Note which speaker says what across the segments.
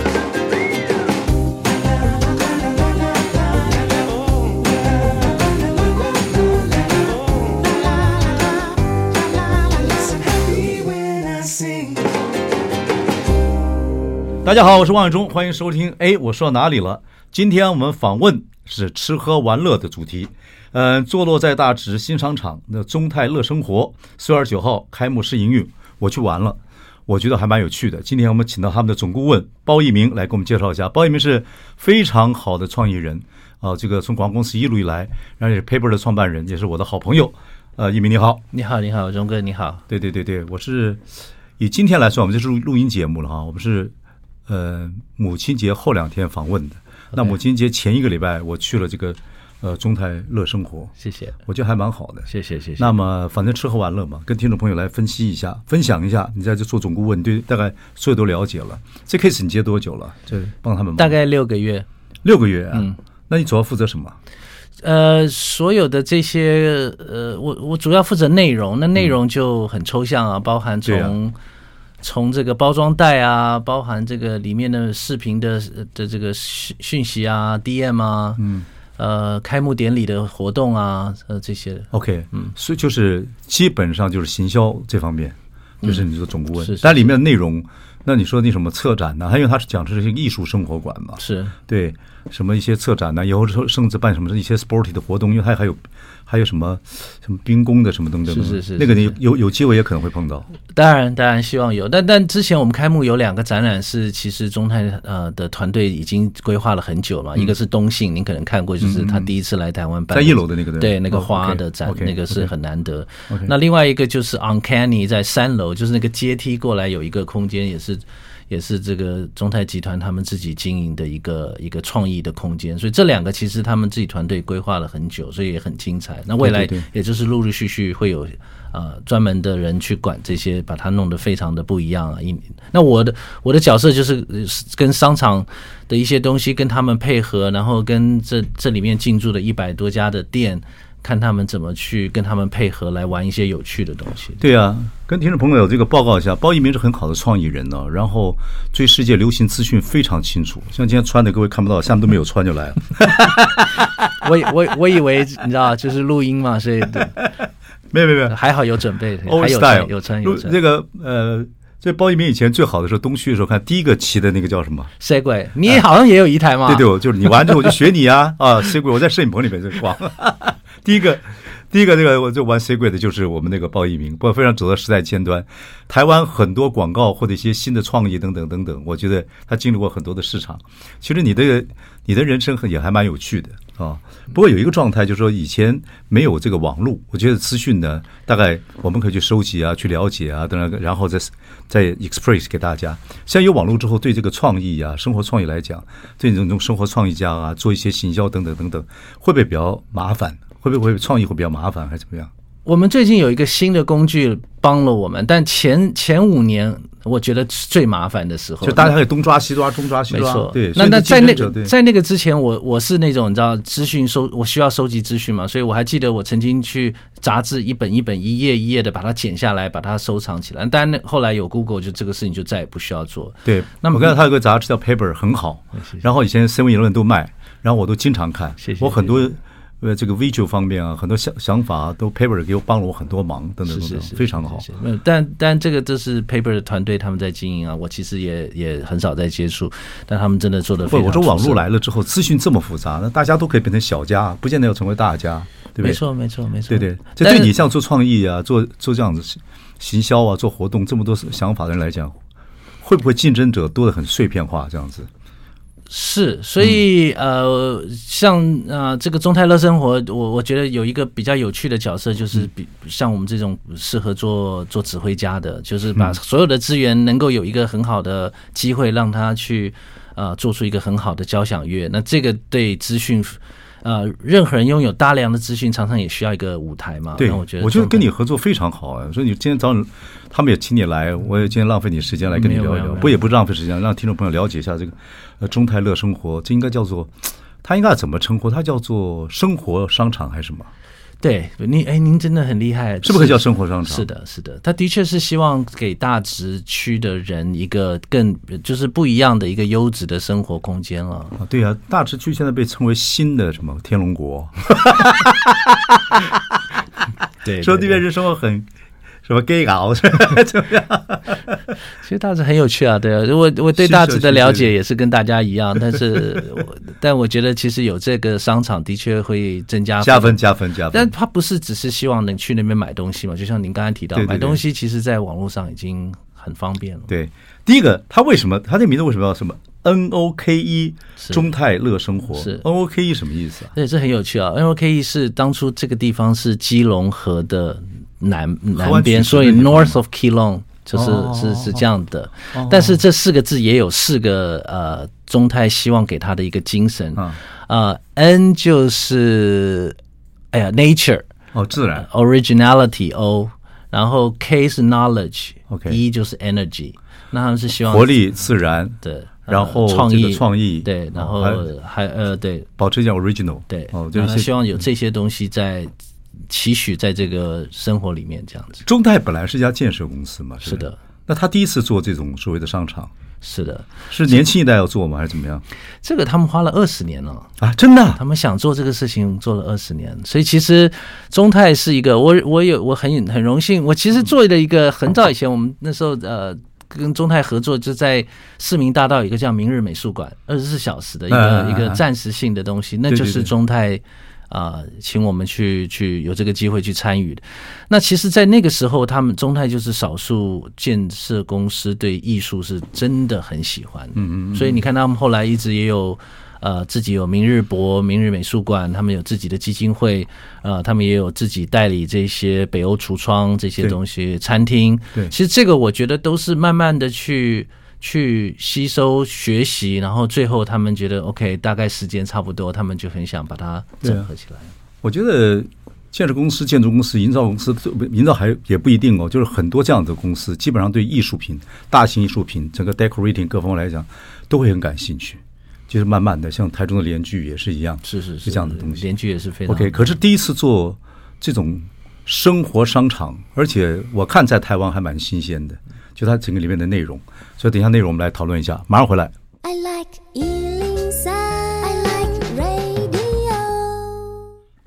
Speaker 1: 大家好，我是王伟忠，欢迎收听。哎，我说到哪里了？今天我们访问是吃喝玩乐的主题，嗯、坐落在大直新商场的中泰乐生活，四月二十九号开幕式营运，我去玩了。我觉得还蛮有趣的。今天我们请到他们的总顾问包一鸣来给我们介绍一下。包一鸣是非常好的创意人，啊、这个从广告公司一路以来，然后也是 Paper 的创办人，也是我的好朋友。呃，一鸣你好，
Speaker 2: 你好，你好，钟哥，你好。
Speaker 1: 对对对对，我是以今天来算，我们这是录录音节目了哈，我们是呃母亲节后两天访问的。那母亲节前一个礼拜，我去了这个呃中泰乐生活，
Speaker 2: 谢谢，
Speaker 1: 我觉得还蛮好的。
Speaker 2: 谢谢，谢谢。
Speaker 1: 那么反正吃喝玩乐嘛，跟听众朋友来分析一下，分享一下，你在这做总顾问，你对大概所有都了解了。这 case 你接多久了？这帮他们忙
Speaker 2: 大概嗯六个月，
Speaker 1: 六个月啊。那你主要负责什么？
Speaker 2: 呃，所有的这些，呃，我我主要负责内容，那内容就很抽象啊，包含
Speaker 1: 嗯对啊
Speaker 2: 从、从这个包装袋啊，包含这个里面的视频的呃的这个讯讯息啊，DM 啊，嗯，呃，开幕典礼的活动啊，呃，这些
Speaker 1: OK，嗯，所以就是基本上就是行销这方面，就是你做总顾问，
Speaker 2: 嗯是是
Speaker 1: 但里面的内容，那你说那什么策展呢、还有他是讲的是艺术生活馆嘛，
Speaker 2: 是
Speaker 1: 对，什么一些策展呢、以后说甚至办什么一些 sporty 的活动，因为它还有还有什么什么兵工的什么等等等等，
Speaker 2: 是是是
Speaker 1: 那个
Speaker 2: 是
Speaker 1: 你有有机会也可能会碰到，
Speaker 2: 当然，当然希望有，但但之前我们开幕有两个展览是，其实中泰呃的团队已经规划了很久了，
Speaker 1: 嗯
Speaker 2: 一个是东信，您可能看过，就是他第一次来台湾办，
Speaker 1: 在一楼的那个对吧
Speaker 2: 对那个
Speaker 1: 哦
Speaker 2: 花
Speaker 1: ，OK，
Speaker 2: 的展
Speaker 1: OK，
Speaker 2: 那个是
Speaker 1: OK
Speaker 2: 很难得
Speaker 1: OK。
Speaker 2: 那另外一个就是 Uncanny 在三楼，就是那个阶梯过来有一个空间，也是也是这个中泰集团他们自己经营的一个一个创意的空间，所以这两个其实他们自己团队规划了很久，所以也很精彩。那未来
Speaker 1: 对对
Speaker 2: 也就是陆陆续续会有呃专门的人去管这些，把它弄得非常的不一样啊。一那我的我的角色就是呃是跟商场的一些东西跟他们配合，然后跟这这里面进驻的一百多家的店。看他们怎么去跟他们配合来玩一些有趣的东西。
Speaker 1: 对啊，跟听众朋友这个报告一下，包一鸣是很好的创意人呢、哦然后对世界流行资讯非常清楚。像今天穿的各位看不到，下面都没有穿就来了。
Speaker 2: 我以我以我以为你知道，就是录音嘛，所以对
Speaker 1: 没有没有没有
Speaker 2: 还好有准备，还
Speaker 1: ，old
Speaker 2: 有
Speaker 1: style
Speaker 2: 穿有穿有穿
Speaker 1: 这。个呃，这包一鸣以前最好的时候，东区的时候看第一个骑的那个叫什么？
Speaker 2: 谁鬼？你也好像也有一台嘛？
Speaker 1: 对对，我就是你完之后我就学你啊啊，C 鬼，我在摄影棚里面就逛。 第一个，第一个这个我就玩 C 鬼的就是我们那个鲍一鸣，不非常走到时代尖端。台湾很多广告或者一些新的创意等等等等，我觉得他经历过很多的市场。其实你的你的人生也还蛮有趣的啊。不过有一个状态就是说以前没有这个网络，我觉得资讯呢，大概我们可以去收集啊，去了解啊，等等，然后再再 express 给大家。现在有网络之后，对这个创意啊，生活创意来讲，对这种生活创意家啊，做一些行销等等等等，会不会比较麻烦？会不会会创意会比较麻烦，还是怎么样？
Speaker 2: 我们最近有一个新的工具帮了我们，但前前五年我觉得是最麻烦的时候，
Speaker 1: 就大家可以东抓西抓，东抓西
Speaker 2: 没
Speaker 1: 抓，
Speaker 2: 错，
Speaker 1: 对。所
Speaker 2: 那那在
Speaker 1: 以
Speaker 2: 那
Speaker 1: 竞争者对
Speaker 2: 在那个之前，我我是那种你知道资讯收，我需要收集资讯嘛，所以我还记得我曾经去杂志一本一本一页一页的把它剪下来，把它收藏起来。但那后来有 Google，就这个事情就再也不需要做。
Speaker 1: 对，
Speaker 2: 那么哎
Speaker 1: 我看到他有个杂志叫 Paper，很好
Speaker 2: 谢谢，
Speaker 1: 然后以前新闻言论都卖，然后我都经常看，
Speaker 2: 谢谢
Speaker 1: 我很多呃这个 visual 方面啊，很多想想法啊都 Paper 给我帮了我很多忙，等等
Speaker 2: 是
Speaker 1: 等
Speaker 2: 是
Speaker 1: 等
Speaker 2: 是，，
Speaker 1: 非常好。
Speaker 2: 是。是没有但但这个这是 Paper 的团队他们在经营啊，我其实也也很少在接触，但他们真的做的非
Speaker 1: 不，
Speaker 2: 常
Speaker 1: 我说网
Speaker 2: 出色
Speaker 1: 络来了之后，资讯这么复杂，那大家都可以变成小家，不见得要成为大家，对不
Speaker 2: 没
Speaker 1: 对？
Speaker 2: 错没错没错，
Speaker 1: 对对，这
Speaker 2: 但
Speaker 1: 对
Speaker 2: 是
Speaker 1: 你像做创意啊，做做这样子行销啊，做活动这么多想法的人来讲，会不会竞争者多的很碎片化这样子？
Speaker 2: 是，所以、
Speaker 1: 嗯
Speaker 2: 呃，像呃这个中泰乐生活，我我觉得有一个比较有趣的角
Speaker 1: 嗯
Speaker 2: 色，就是比、像我们这种适合做做指挥家的，就是
Speaker 1: 嗯
Speaker 2: 把所有的资源能够有一个很好的机会，让他去呃做出一个很好的交响乐。那这个对资讯。呃，任何人拥有大量的资讯，常常也需要一个舞台嘛。
Speaker 1: 对，
Speaker 2: 啊那我觉得，
Speaker 1: 我觉得跟你合作非常好啊！说你今天早上，他们也请你来，我也今天浪费你时间来跟你
Speaker 2: 没有
Speaker 1: 聊
Speaker 2: 没
Speaker 1: 一
Speaker 2: 有
Speaker 1: 聊，
Speaker 2: 没有
Speaker 1: 不也不是浪费时间，让听众朋友了解一下这个呃中泰乐生活，这应该叫做，它应该怎么称呼？它叫做生活商场还是什么？
Speaker 2: 对你，哎，您真的很厉害，
Speaker 1: 是不是可以叫生活商场？
Speaker 2: 是的，是的，他的确是希望给大直区的人一个更呃就是不一样的一个优质的生活空间了。
Speaker 1: 啊，对啊，大直区现在被称为新的什么天龙国，
Speaker 2: 对
Speaker 1: 说那边人生活很什么 gay 搞，怎么样？
Speaker 2: 其实大直很有趣啊，对啊，我我对
Speaker 1: 是
Speaker 2: 大
Speaker 1: 是
Speaker 2: 直
Speaker 1: 是
Speaker 2: 的了解
Speaker 1: 是
Speaker 2: 也是跟大家一样，但是呃我但我觉得其实有这个商场的确会增加
Speaker 1: 加分加分加分
Speaker 2: 啊但。他不是只是希望能去那边买东西嘛？就像您刚才提到，
Speaker 1: 对对
Speaker 2: 买
Speaker 1: 对
Speaker 2: 东西其实在网络上已经很方便了。
Speaker 1: 对，第一个，他为什么他这名字为什么要什么 N O K E
Speaker 2: 是
Speaker 1: 中泰乐生活？
Speaker 2: 是
Speaker 1: N O K E 什么意思啊？
Speaker 2: 对，这很有趣啊。N O K E 是当初这个地方是基隆河的南
Speaker 1: 河
Speaker 2: 南
Speaker 1: 湾
Speaker 2: 边，
Speaker 1: 区
Speaker 2: 所以
Speaker 1: 是那个地方
Speaker 2: North of Keelong 就是
Speaker 1: 哦
Speaker 2: 是是这样的
Speaker 1: 哦。
Speaker 2: 但是这四个字也有四个呃中泰希望给他的一个精神
Speaker 1: 啊
Speaker 2: 啊。N 就是哎呀 nature
Speaker 1: 哦，自然。
Speaker 2: originality O，然后 K 是
Speaker 1: OK
Speaker 2: knowledge，E 就是 energy。那他们是希望
Speaker 1: 呃活力自然，
Speaker 2: 对，呃
Speaker 1: 然后
Speaker 2: 创
Speaker 1: 这个
Speaker 2: 意
Speaker 1: 创意
Speaker 2: 对，然后
Speaker 1: 哦
Speaker 2: 还呃对
Speaker 1: 保持一点 original，
Speaker 2: 对，
Speaker 1: 哦，就
Speaker 2: 然后
Speaker 1: 是一
Speaker 2: 希
Speaker 1: 些
Speaker 2: 望有这些东西在期许在这个生活里面这样子。
Speaker 1: 中泰本来是一家建设公司嘛，
Speaker 2: 是
Speaker 1: 不
Speaker 2: 的，
Speaker 1: 那他第一次做这种所谓的商场，
Speaker 2: 是的，
Speaker 1: 是年轻一代要做吗，还是怎么样
Speaker 2: 这个他们花了二十年了。
Speaker 1: 啊？真的啊
Speaker 2: 他们想做这个事情做了二十年，所以其实中泰是一个我我有我很很荣幸，我其实做了一个很早以前我们那时候呃。跟中泰合作，就在市民大道有一个叫明日美术馆，二十四小时的一个、
Speaker 1: 嗯嗯嗯
Speaker 2: 一个暂时性的东西，那
Speaker 1: 对
Speaker 2: 就
Speaker 1: 对
Speaker 2: 是
Speaker 1: 对
Speaker 2: 中泰啊、呃请我们去去有这个机会去参与的。那其实，在那个时候，他们中泰就是少数建设公司对艺术是真的很喜欢，嗯嗯，所以你看他们后来一直也有。呃，自己有明日博、明日美术馆，他们有自己的基金会，呃，他们也有自己代理这些北欧橱窗这些
Speaker 1: 对
Speaker 2: 东西、餐厅。
Speaker 1: 对
Speaker 2: 其实这个我觉得都是慢慢的去去吸收学习，然后最后他们觉得 OK，大概时间差不多，他们就很想把它
Speaker 1: 对啊
Speaker 2: 整合起来。
Speaker 1: 我觉得建设公司、建筑公司、营造公司，不营造还也不一定哦，就是很多这样的公司，基本上对艺术品、大型艺术品、整个 decorating 各方面来讲，都会很感兴趣。就是慢慢的，像台中的联剧也是一样，
Speaker 2: 是是是，
Speaker 1: 这样的东西。
Speaker 2: 联剧也是非常
Speaker 1: OK，可是第一次做这种生活商场，而且我看在台湾还蛮新鲜的，就它整个里面的内容。所以等一下内容我们来讨论一下，马上回来。
Speaker 3: I like Ealing Sound. I like radio.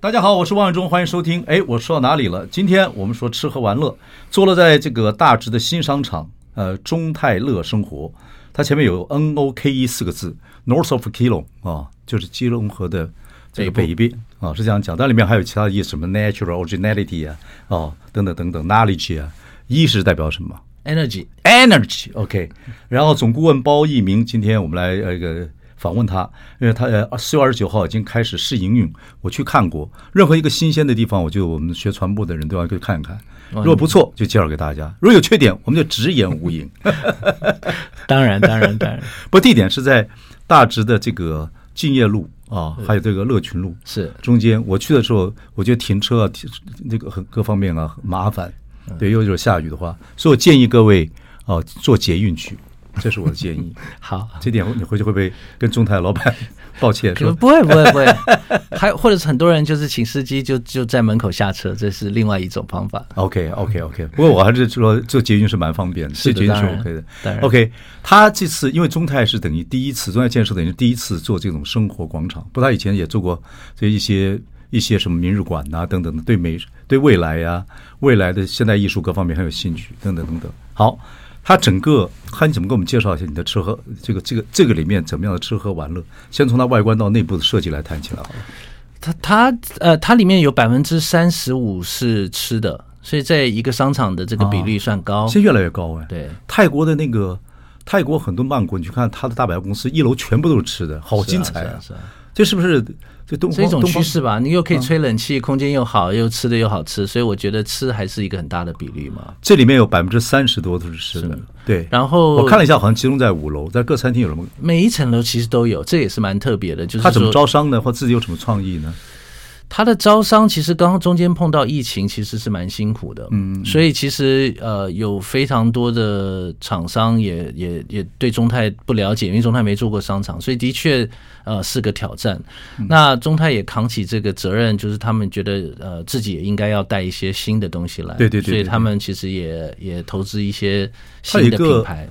Speaker 1: 大家好，我是王伟忠，欢迎收听。哎，我说到哪里了？今天我们说吃喝玩乐，坐落在这个大直的新商场，呃，中泰乐生活，它前面有 N O K E 四个字，North of Kilo 啊，就是基隆河的这个北边啊，是这样讲。但里面还有其他的意思，什么 natural originality 啊，哦，等等等等，knowledge 啊，一是代表什么？
Speaker 2: energy。
Speaker 1: Energy，OK、然后总顾问包奕明，今天我们来呃一个访问他，因为他呃四月二十九号已经开始试营运，我去看过，任何一个新鲜的地方，我就我们学传播的人都要去看一看。如果不错，就介绍给大家；如果有缺点，我们就直言无隐。
Speaker 2: 当然，当然， 当然，
Speaker 1: 不，地点是在大直的这个敬业路啊，还有这个乐群路
Speaker 2: 是
Speaker 1: 中间。我去的时候，我觉得停车啊，停那个很各方面啊很麻烦，对，又有下雨的话，所以我建议各位啊坐捷运去，这是我的建议。
Speaker 2: 好。
Speaker 1: 这点你回去会不会跟中泰老板抱歉
Speaker 2: 可
Speaker 1: 说？
Speaker 2: 不会，不会，不会。还或者是很多人就是请司机就就在门口下车，这是另外一种方法。
Speaker 1: OK OK OK，不过我还是说坐捷运是蛮方便的，
Speaker 2: 是
Speaker 1: 这
Speaker 2: 的
Speaker 1: 捷运是
Speaker 2: 当然
Speaker 1: OK
Speaker 2: 当
Speaker 1: 的。
Speaker 2: 然
Speaker 1: OK，他这次因为中泰是等于第一次，中泰建设等于第一次做这种生活广场，不，他以前也做过这一些一些什么明日馆呐、等等的，对美对未来呀、未来的现代艺术各方面很有兴趣等等等等。好，他整个看你怎么给我们介绍一下你的吃喝这个这个这个里面怎么样的吃喝玩乐，先从它外观到内部的设计来谈起来好了。
Speaker 2: 它它呃，它里面有百分之三十五是吃的，所以在一个商场的这
Speaker 1: 哦
Speaker 2: 个比率算高。
Speaker 1: 现在越来越高哎。
Speaker 2: 哦对，
Speaker 1: 泰国的那个泰国很多曼谷，你去看它的大百货公司一楼全部都是吃的，好
Speaker 2: 是啊
Speaker 1: 精彩
Speaker 2: 是啊！是啊
Speaker 1: 这是不是这东
Speaker 2: 是一
Speaker 1: 方
Speaker 2: 种
Speaker 1: 东
Speaker 2: 趋
Speaker 1: 方嗯
Speaker 2: 势吧。你又可以吹冷气，空间又好，又吃的又好吃，所以我觉得吃还是一个很大的比例嘛。
Speaker 1: 这里面有百分之三十多都是吃的
Speaker 2: 是，
Speaker 1: 对。
Speaker 2: 然后
Speaker 1: 我看了一下，好像集中在五楼，在各餐厅有什么？
Speaker 2: 每一层楼其实都有，这也是蛮特别的。就是
Speaker 1: 他怎么
Speaker 2: 说
Speaker 1: 招商呢？或自己有什么创意呢？
Speaker 2: 他的招商其实刚刚中间碰到疫情，其实是蛮辛苦的，嗯，所以其实呃有非常多的厂商也也也对中泰不了解，因为中泰没做过商场，所以的确呃是个挑战。
Speaker 1: 嗯
Speaker 2: 那中泰也扛起这个责任，就是他们觉得呃自己也应该要带一些新的东西来，
Speaker 1: 对对对
Speaker 2: 所以
Speaker 1: 对
Speaker 2: 他们其实也也投资一些
Speaker 1: 它有
Speaker 2: 新
Speaker 1: 一
Speaker 2: 的
Speaker 1: 个
Speaker 2: 品牌，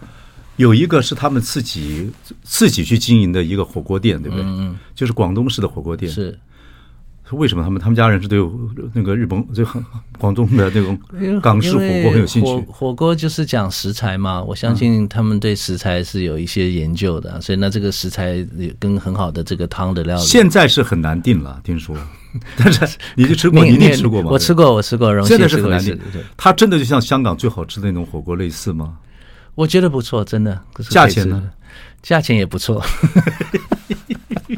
Speaker 1: 有一个是他们自己自己去经营的一个火锅店，对不对？嗯，就是广东式的火锅店。
Speaker 2: 是
Speaker 1: 为什么他们他们家人是对那个日本就很 广东的那种港式火锅很有兴
Speaker 2: 因为
Speaker 1: 趣？嗯
Speaker 2: 火火锅就是讲食材嘛，我相信他们对食材是有一些研究的，啊所以那这个食材也跟很好的这个汤的料理。
Speaker 1: 现在是很难定了，听说。 但是你去吃过，
Speaker 2: 你
Speaker 1: 你一定
Speaker 2: 你
Speaker 1: 吃过吗？
Speaker 2: 我吃过，我吃过，荣
Speaker 1: 真
Speaker 2: 幸
Speaker 1: 的
Speaker 2: 吃
Speaker 1: 是很
Speaker 2: 过一
Speaker 1: 难
Speaker 2: 次
Speaker 1: 定
Speaker 2: 对，。
Speaker 1: 它真的就像香港最好吃的那种火锅类似吗？
Speaker 2: 我觉得不错，真的。可是
Speaker 1: 价
Speaker 2: 可以
Speaker 1: 钱
Speaker 2: 吃
Speaker 1: 呢
Speaker 2: 的？价钱也不错，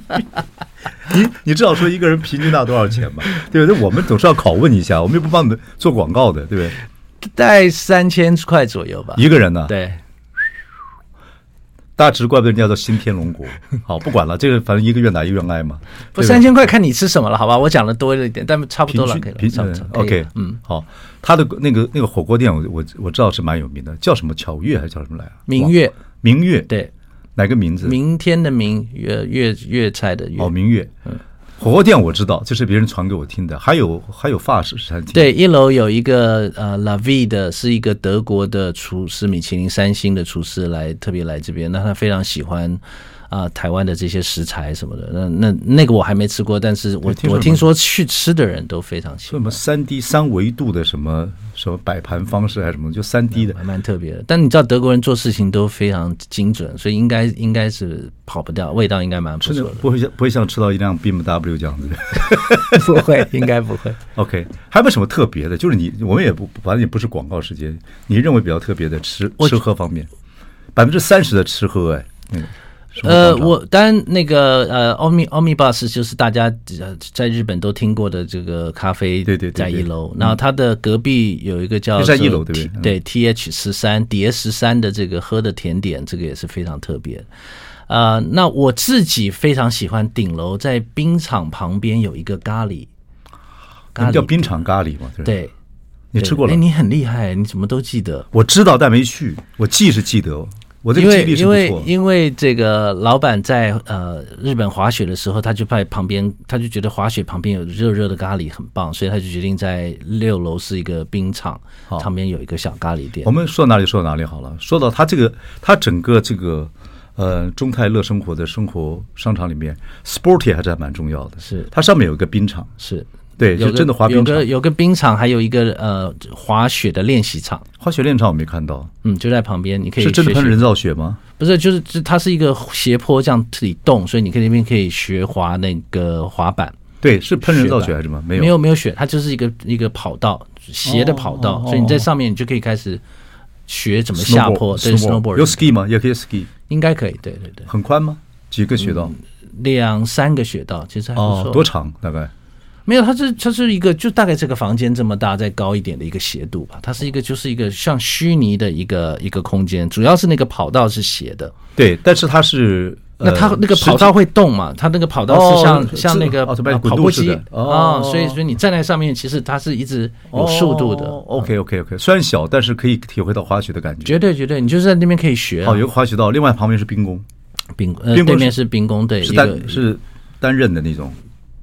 Speaker 1: 你你至少说一个人平均到多少钱吧， 对不对？我们总是要拷问一下，我们又不帮你们做广告的，对不对？
Speaker 2: 大概三千块左右吧。
Speaker 1: 一个人呢、
Speaker 2: 啊对，
Speaker 1: 大直怪不得人家叫新天龙国。 好，不管了，这个反正一个愿打一个愿挨嘛。
Speaker 2: 不
Speaker 1: 对
Speaker 2: 三千块看你吃什么了，好吧？我讲的多了一点，但差不
Speaker 1: 平
Speaker 2: 哦多了，
Speaker 1: 均
Speaker 2: 可以了，
Speaker 1: 平
Speaker 2: 差不多。
Speaker 1: 嗯
Speaker 2: 可以了
Speaker 1: OK，
Speaker 2: 嗯，，
Speaker 1: 好，他的那个那个火锅店我，我我知道是蛮有名的，叫什么巧月还是叫什么来啊？
Speaker 2: 明月
Speaker 1: 哇，明月，，
Speaker 2: 对，
Speaker 1: 哪个名字？
Speaker 2: 明天的明，粤粤粤菜的粤
Speaker 1: 哦，，明月。
Speaker 2: 嗯
Speaker 1: 火锅店我知道，这是别人传给我听的。还有还有法式餐厅，
Speaker 2: 对，，一楼有一个呃 La V 的，是一个德国的厨师，米其林三星的厨师来特别来这边，那他非常喜欢啊、台湾的这些食材什么的。那那那个我还没吃过，但是
Speaker 1: 对
Speaker 2: 我
Speaker 1: 听说
Speaker 2: 我
Speaker 1: 蛮
Speaker 2: 听说去吃的人都非常喜
Speaker 1: 什
Speaker 2: 欢
Speaker 1: 么。三 D 三维度的什么什么摆盘方式还是什么，就三 D 的
Speaker 2: 还。蛮特别的，但你知道德国人做事情都非常精准，所以应该应该是跑不掉，味道应该蛮不
Speaker 1: 吃的
Speaker 2: 错的。
Speaker 1: 不会像不会像吃到一辆 BMW 这样子。
Speaker 2: 不会，应该不会。
Speaker 1: OK，还有没有什么特别的？就是你，我们也不，反正也不是广告时间。你认为比较特别的吃
Speaker 2: 我
Speaker 1: 吃喝方面，百分之三十的吃喝，哎，那个什么
Speaker 2: 呃，
Speaker 1: 广场
Speaker 2: 我当然那个呃，欧米欧米巴士就是大家呃在日本都听过的这个咖啡，
Speaker 1: 对对对对嗯
Speaker 2: 在一楼。然后它的隔壁有一个叫
Speaker 1: 就在一
Speaker 2: 做
Speaker 1: 楼对不
Speaker 2: T-
Speaker 1: 对嗯
Speaker 2: 对？T H 十三碟十三的这个喝的甜点，这个也是非常特别。呃，那我自己非常喜欢顶楼，在冰场旁边有一个咖喱，
Speaker 1: 你
Speaker 2: 咖喱
Speaker 1: 们叫冰场咖喱嘛？对不对，
Speaker 2: 对，
Speaker 1: 你吃过了
Speaker 2: 哎，？你很厉害，你怎么都记得？
Speaker 1: 我知道，但没去。我记是记得，哦我这
Speaker 2: 因
Speaker 1: 个记
Speaker 2: 为
Speaker 1: 忆力是
Speaker 2: 因
Speaker 1: 不
Speaker 2: 为
Speaker 1: 错。
Speaker 2: 因为这个老板在呃日本滑雪的时候，他就在旁边，他就觉得滑雪旁边有热热的咖喱很棒，所以他就决定在六楼是一个冰场，
Speaker 1: 好
Speaker 2: 旁边有一个小咖喱店
Speaker 1: 我。们说到哪里说到哪里好了。说到他这个，他整个这个，呃，中泰乐生活的生活商场里面，sporty 还是还蛮重要的。
Speaker 2: 是
Speaker 1: 它上面有一个冰场，
Speaker 2: 是，
Speaker 1: 对，就
Speaker 2: 有个
Speaker 1: 真的滑
Speaker 2: 有
Speaker 1: 冰场
Speaker 2: 个。有个冰场，还有一个呃滑雪的练习场，
Speaker 1: 滑雪练场我没看到，
Speaker 2: 嗯，就在旁边，你可以
Speaker 1: 是真的
Speaker 2: 学习
Speaker 1: 喷人造雪吗？
Speaker 2: 不是，就是这它是一个斜坡这样自己动，所以你可以那边可以学滑那个滑板。
Speaker 1: 对，是喷人造雪
Speaker 2: 雪
Speaker 1: 还是什么？没有，
Speaker 2: 没有没有雪，它就是一个一个跑道，斜的跑道，
Speaker 1: 哦哦
Speaker 2: 所以你在上面你就可以开始学怎么下坡，对
Speaker 1: snowboard 有
Speaker 2: snowboard
Speaker 1: ski 吗？也可以 ski，
Speaker 2: 应该可以，对对对，
Speaker 1: 很宽吗？几个雪道？
Speaker 2: 两三个雪道其实还嗯不
Speaker 1: 哦
Speaker 2: 错，，
Speaker 1: 多长？大概
Speaker 2: 没有，它是它是一个就大概这个房间这么大，再高一点的一个斜度吧，它是一个就是一个像虚拟的一个一个空间，主要是那个跑道是斜的，
Speaker 1: 对，但是它是
Speaker 2: 那它那个跑道会动嘛？它那个跑道
Speaker 1: 呃哦
Speaker 2: 是像
Speaker 1: 是
Speaker 2: 像那个
Speaker 1: 哦这边
Speaker 2: 呃
Speaker 1: 滚
Speaker 2: 跑
Speaker 1: 动
Speaker 2: 步
Speaker 1: 式
Speaker 2: 机
Speaker 1: 的哦
Speaker 2: 啊，所以所以你站在上面，其实它是一直有速度的。
Speaker 1: OK OK OK，虽然小，但是可以体会到滑雪的感觉。
Speaker 2: 绝对绝对，你就是在那边可以学啊、
Speaker 1: 哦，有个滑雪道，另外旁边是冰宫，
Speaker 2: 兵呃
Speaker 1: 兵工是
Speaker 2: 对面是兵工队，
Speaker 1: 是
Speaker 2: 一个
Speaker 1: 单是单刃的那种。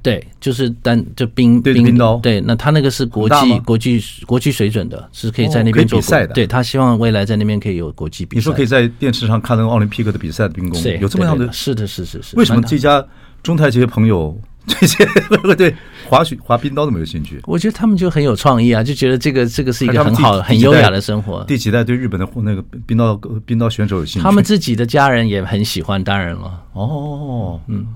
Speaker 2: 对，就是单就兵
Speaker 1: 对冰刀
Speaker 2: 对，那他那个是国
Speaker 1: 很大
Speaker 2: 际
Speaker 1: 吗
Speaker 2: 国际国际水准的，是可以在
Speaker 1: 哦可
Speaker 2: 那
Speaker 1: 以
Speaker 2: 边做
Speaker 1: 比赛
Speaker 2: 国
Speaker 1: 的
Speaker 2: 对他希望未来在那边可以有国际比赛。
Speaker 1: 你说可以在电视上看那个奥林匹克的比赛的冰宫
Speaker 2: 对，，
Speaker 1: 有这么
Speaker 2: 对
Speaker 1: 样
Speaker 2: 对
Speaker 1: 的？
Speaker 2: 是的，是是是。
Speaker 1: 为什么
Speaker 2: 蛮
Speaker 1: 这家中泰这些朋友 这些对滑雪滑冰刀都没有兴趣？
Speaker 2: 我觉得他们就很有创意啊，就觉得这个这个是一
Speaker 1: 还是
Speaker 2: 个
Speaker 1: 他们第
Speaker 2: 很好、
Speaker 1: 第
Speaker 2: 很
Speaker 1: 几
Speaker 2: 优
Speaker 1: 代
Speaker 2: 雅的生活。
Speaker 1: 第几代对日本的那个冰刀冰刀选手有兴趣？
Speaker 2: 他们自己的家人也很喜欢，当然了，
Speaker 1: 哦，嗯，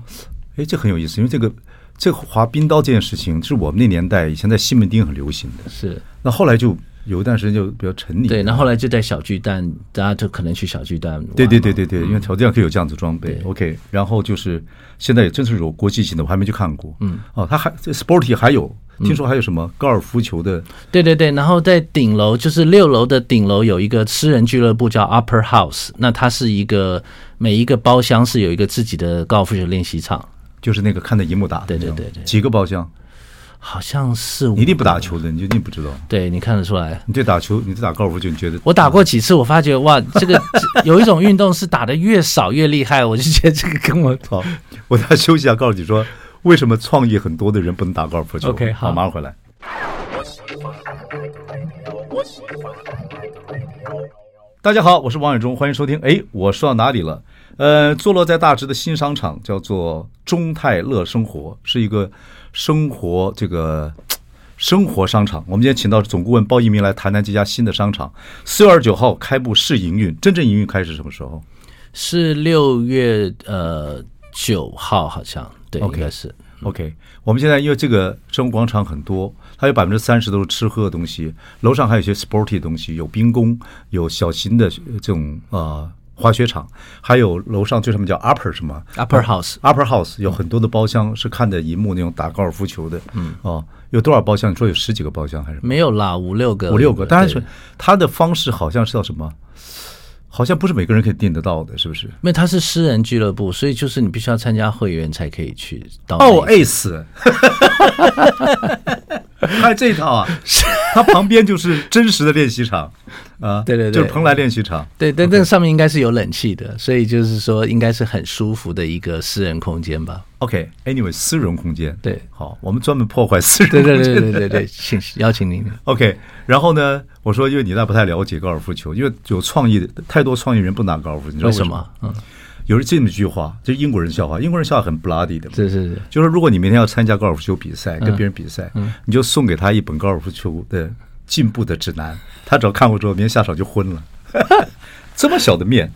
Speaker 1: 哎，这很有意思，因为这个这个滑冰刀这件事情是我们那年代以前在西门町很流行的，
Speaker 2: 是
Speaker 1: 那后来就有一段时间就比较沉溺。
Speaker 2: 对，那后来就在小巨蛋，大家就可能去小巨蛋玩嘛。
Speaker 1: 对对对对对，
Speaker 2: 嗯
Speaker 1: 因为条件可以有这样子装备。OK，然后就是现在也真是有国际型的，我还没去看过。嗯，哦，它还这 Sporty 还有，
Speaker 2: 嗯
Speaker 1: 听说还有什么高尔夫球的
Speaker 2: 对对对，然后在顶楼，就是六楼的顶楼有一个私人俱乐部叫 Upper House，那它是一个每一个包厢是有一个自己的高尔夫球练习场，
Speaker 1: 就是那个看着荧幕打的
Speaker 2: 对
Speaker 1: 那
Speaker 2: 对
Speaker 1: 种，
Speaker 2: 对对
Speaker 1: 几个包厢，
Speaker 2: 好像是
Speaker 1: 你一定不打球的，你就一定不知道。
Speaker 2: 对，你看得出来。
Speaker 1: 你对打球，你对打高尔夫球，你觉得
Speaker 2: 我打过几次，我发觉哇，这个这 有一种运动是打得越少越厉害，我就觉得这个跟我
Speaker 1: 好， 我再休息一下，告诉你说为什么创意很多的人不能打高尔夫球。
Speaker 2: OK，好
Speaker 1: 马上回来。大家好，我是王伟忠，欢迎收听。哎，我说到哪里了？呃，坐落在大直的新商场叫做中泰乐生活，是一个生活这个嘖生活商场。我们今天请到总顾问包一鸣来谈谈这家新的商场。四月二十九号开幕试营运，真正营运开始什么时候？
Speaker 2: 是六月呃九号，好像对
Speaker 1: OK
Speaker 2: 应该是
Speaker 1: OK，我们现在因为这个生活广场很多，它有百分之三十都是吃喝的东西，楼上还有一些 sporty 的东西，有冰宫，有小型的呃这种呃滑雪场，还有楼上最上面叫 upper 什么
Speaker 2: Upper House。
Speaker 1: upper house 有很多的包厢是看着荧幕那种打高尔夫球的，嗯，哦，有多少包厢？你说有十几个包厢还是
Speaker 2: 没有啦，五六个，
Speaker 1: 五六个？当然是
Speaker 2: 呃对
Speaker 1: 它的方式好像是叫什么？好像不是每个人可以订得到的，是不是？
Speaker 2: 因为它是私人俱乐部，所以就是你必须要参加会员才可以去到那一。
Speaker 1: 哦，ace，还有这一套啊，它旁边就是真实的练习 场啊，
Speaker 2: 对对对
Speaker 1: 就是蓬莱练习场。
Speaker 2: 对，但那个上面应该是有冷气的，所以就是说应该是很舒服的一个私人空间吧。
Speaker 1: OK，anyway，、私人空间，
Speaker 2: 对
Speaker 1: 好，我们专门破坏私人空
Speaker 2: 对
Speaker 1: 间。
Speaker 2: 对对对对对，请 邀请您。
Speaker 1: OK，然后呢，我说因为你那不太了解高尔夫球，因为有创意的太多创意人不拿高尔夫，你知道
Speaker 2: 为
Speaker 1: 什
Speaker 2: 什
Speaker 1: 么？
Speaker 2: 么？嗯，
Speaker 1: 有人这么一句话，就是英国人笑话，英国人笑话很 bloody 的嘛，
Speaker 2: 是是是，
Speaker 1: 就是如果你明天要参加高尔夫球比赛，跟别人比赛，你就送给他一本高尔夫球的进步的指南，他只要看过之后，明天下场就昏了。 这么小的面，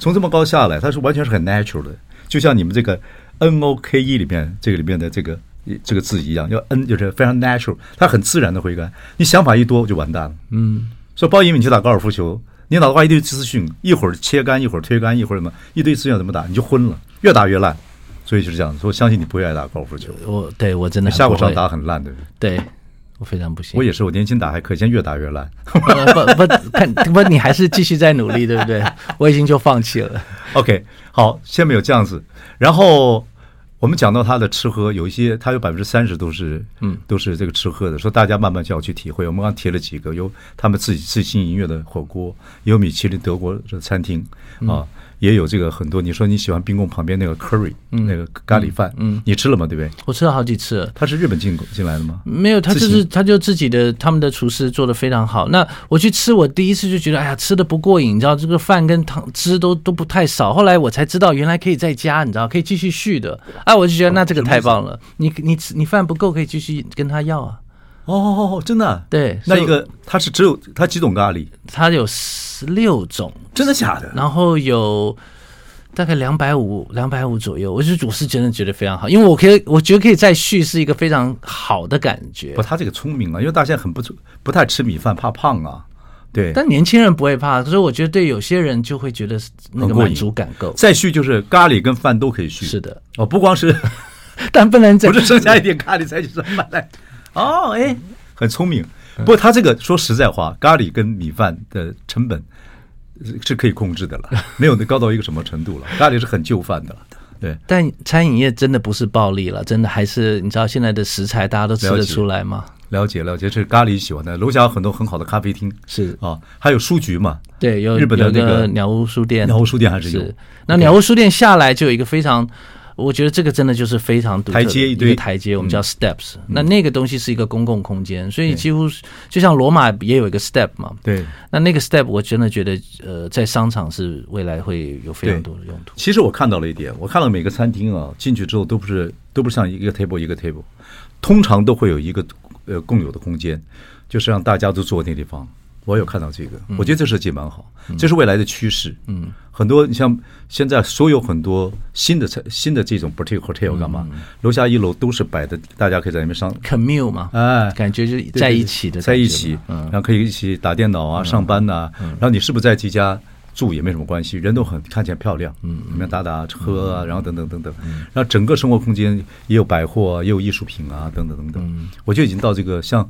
Speaker 1: 从这么高下来，它是完全是很 natural 的，就像你们这个 N O K E 里面这个里面的这个这个字一样，要 N 就是非常 natural，它很自然的挥杆。你想法一多就完蛋了。嗯，所以包一鸣你去打高尔夫球，你脑子瓜一堆资讯，一会儿切杆，一会儿推杆，一会儿什么，一堆资讯要怎么打，你就昏了，越打越烂。所以就是这样，所以我相信你不会爱打高尔夫球。
Speaker 2: 我对我真的很
Speaker 1: 下过
Speaker 2: 不会
Speaker 1: 场打，很烂，对不对？
Speaker 2: 对我非常不行。
Speaker 1: 我也是，我年轻打还可以，现在越打越烂。
Speaker 2: 不不不看不，你还是继续在努力，对不对？我已经就放弃了。
Speaker 1: OK，好，下面有这样子，然后我们讲到它的吃喝，有一些它有百分之三十都是，嗯，都是这个吃喝的，说大家慢慢就要去体会。我们刚刚提了几个，有他们自己自信音乐的火锅，也有米其林德国的餐厅啊，也有这个很多。你说你喜欢冰宫旁边那个 curry，、那个咖喱饭，嗯，你吃了吗？对不对？
Speaker 2: 我吃了好几次了。
Speaker 1: 它是日本进口进来的吗？
Speaker 2: 没有，他就
Speaker 1: 自
Speaker 2: 是他就自己的他们的厨师做的非常好。那我去吃，我第一次就觉得哎呀吃的不过瘾，你知道这个饭跟汤汁都都不太少。后来我才知道原来可以再加，你知道可以继续续的。啊，我就觉得那这个太棒了。你你你饭不够可以继续跟他要啊。
Speaker 1: 哦哦哦，真的啊、
Speaker 2: 对
Speaker 1: 那
Speaker 2: 所以
Speaker 1: 一个它是只有它几种咖喱，
Speaker 2: 他有十六种，
Speaker 1: 真的假的？
Speaker 2: 然后有。大概两百五，两百五左右，我就我是真的觉得非常好，因为我可以，我觉得可以再续是一个非常好的感觉
Speaker 1: 不，。他这个聪明啊，因为大家现在很不不太吃米饭，怕胖啊。对，
Speaker 2: 但年轻人不会怕，可是我觉得对有些人就会觉得是那
Speaker 1: 很
Speaker 2: 个
Speaker 1: 过瘾
Speaker 2: 满足感够。
Speaker 1: 再续就是咖喱跟饭都可以续。
Speaker 2: 是的，
Speaker 1: 哦，不 光是
Speaker 2: 但不能再
Speaker 1: 不是剩下一点咖喱才去上饭 来。哦，
Speaker 2: 嗯
Speaker 1: 哎，很聪明。不过他这个说实在话，咖喱跟米饭的成本是是可以控制的 了，没有高到一个什么程度了。咖喱是很就饭的了，对。
Speaker 2: 但餐饮业真的不是暴利了，真的还是你知道现在的食材大家都吃
Speaker 1: 了
Speaker 2: 得
Speaker 1: 解
Speaker 2: 出来吗？
Speaker 1: 了解了解，这是咖喱喜欢的。楼下有很多很好的咖啡厅，
Speaker 2: 是
Speaker 1: 啊，还有书局嘛，
Speaker 2: 对，有
Speaker 1: 日本的
Speaker 2: 有
Speaker 1: 那
Speaker 2: 个
Speaker 1: 个
Speaker 2: 鸟屋书店，
Speaker 1: 鸟屋书店还是有
Speaker 2: 是。那鸟屋书店下来就有一个非常，我觉得这个真的就是非常独特的
Speaker 1: 台阶一
Speaker 2: 一
Speaker 1: 堆嗯
Speaker 2: 个台阶，我们叫 steps。那那个东西是一个公共空间，所以几乎是就像罗马也有一个 step 嘛。
Speaker 1: 对。
Speaker 2: 那那个 step 我真的觉得，呃，在商场是未来会有非常
Speaker 1: 对
Speaker 2: 多的用途。
Speaker 1: 其实我看到了一点，我看到每个餐厅啊，进去之后都不是都不是像一个 table 一个 table，通常都会有一个呃共有的空间，就是让大家都坐那地方。我有看到这个，我觉得这设计蛮好，这是未来的趋势。嗯，很多你像现在所有很多新的新的这种 boutique hotel 干嘛，楼下一楼都是摆的，大家可以在里面上
Speaker 2: commute 嘛，
Speaker 1: 哎
Speaker 2: 感觉就是在一起的感觉嘛，
Speaker 1: 在一起，
Speaker 2: 嗯
Speaker 1: 然后可以一起打电脑啊、上班呐、然后你是不是在这家住也没什么关系，人都很看起来漂亮，嗯，里面打打车
Speaker 2: 嗯
Speaker 1: 啊，然后等等等等，然后整个生活空间也有百货、啊，也有艺术品啊，等等等
Speaker 2: 嗯
Speaker 1: 等。我就已经到这个像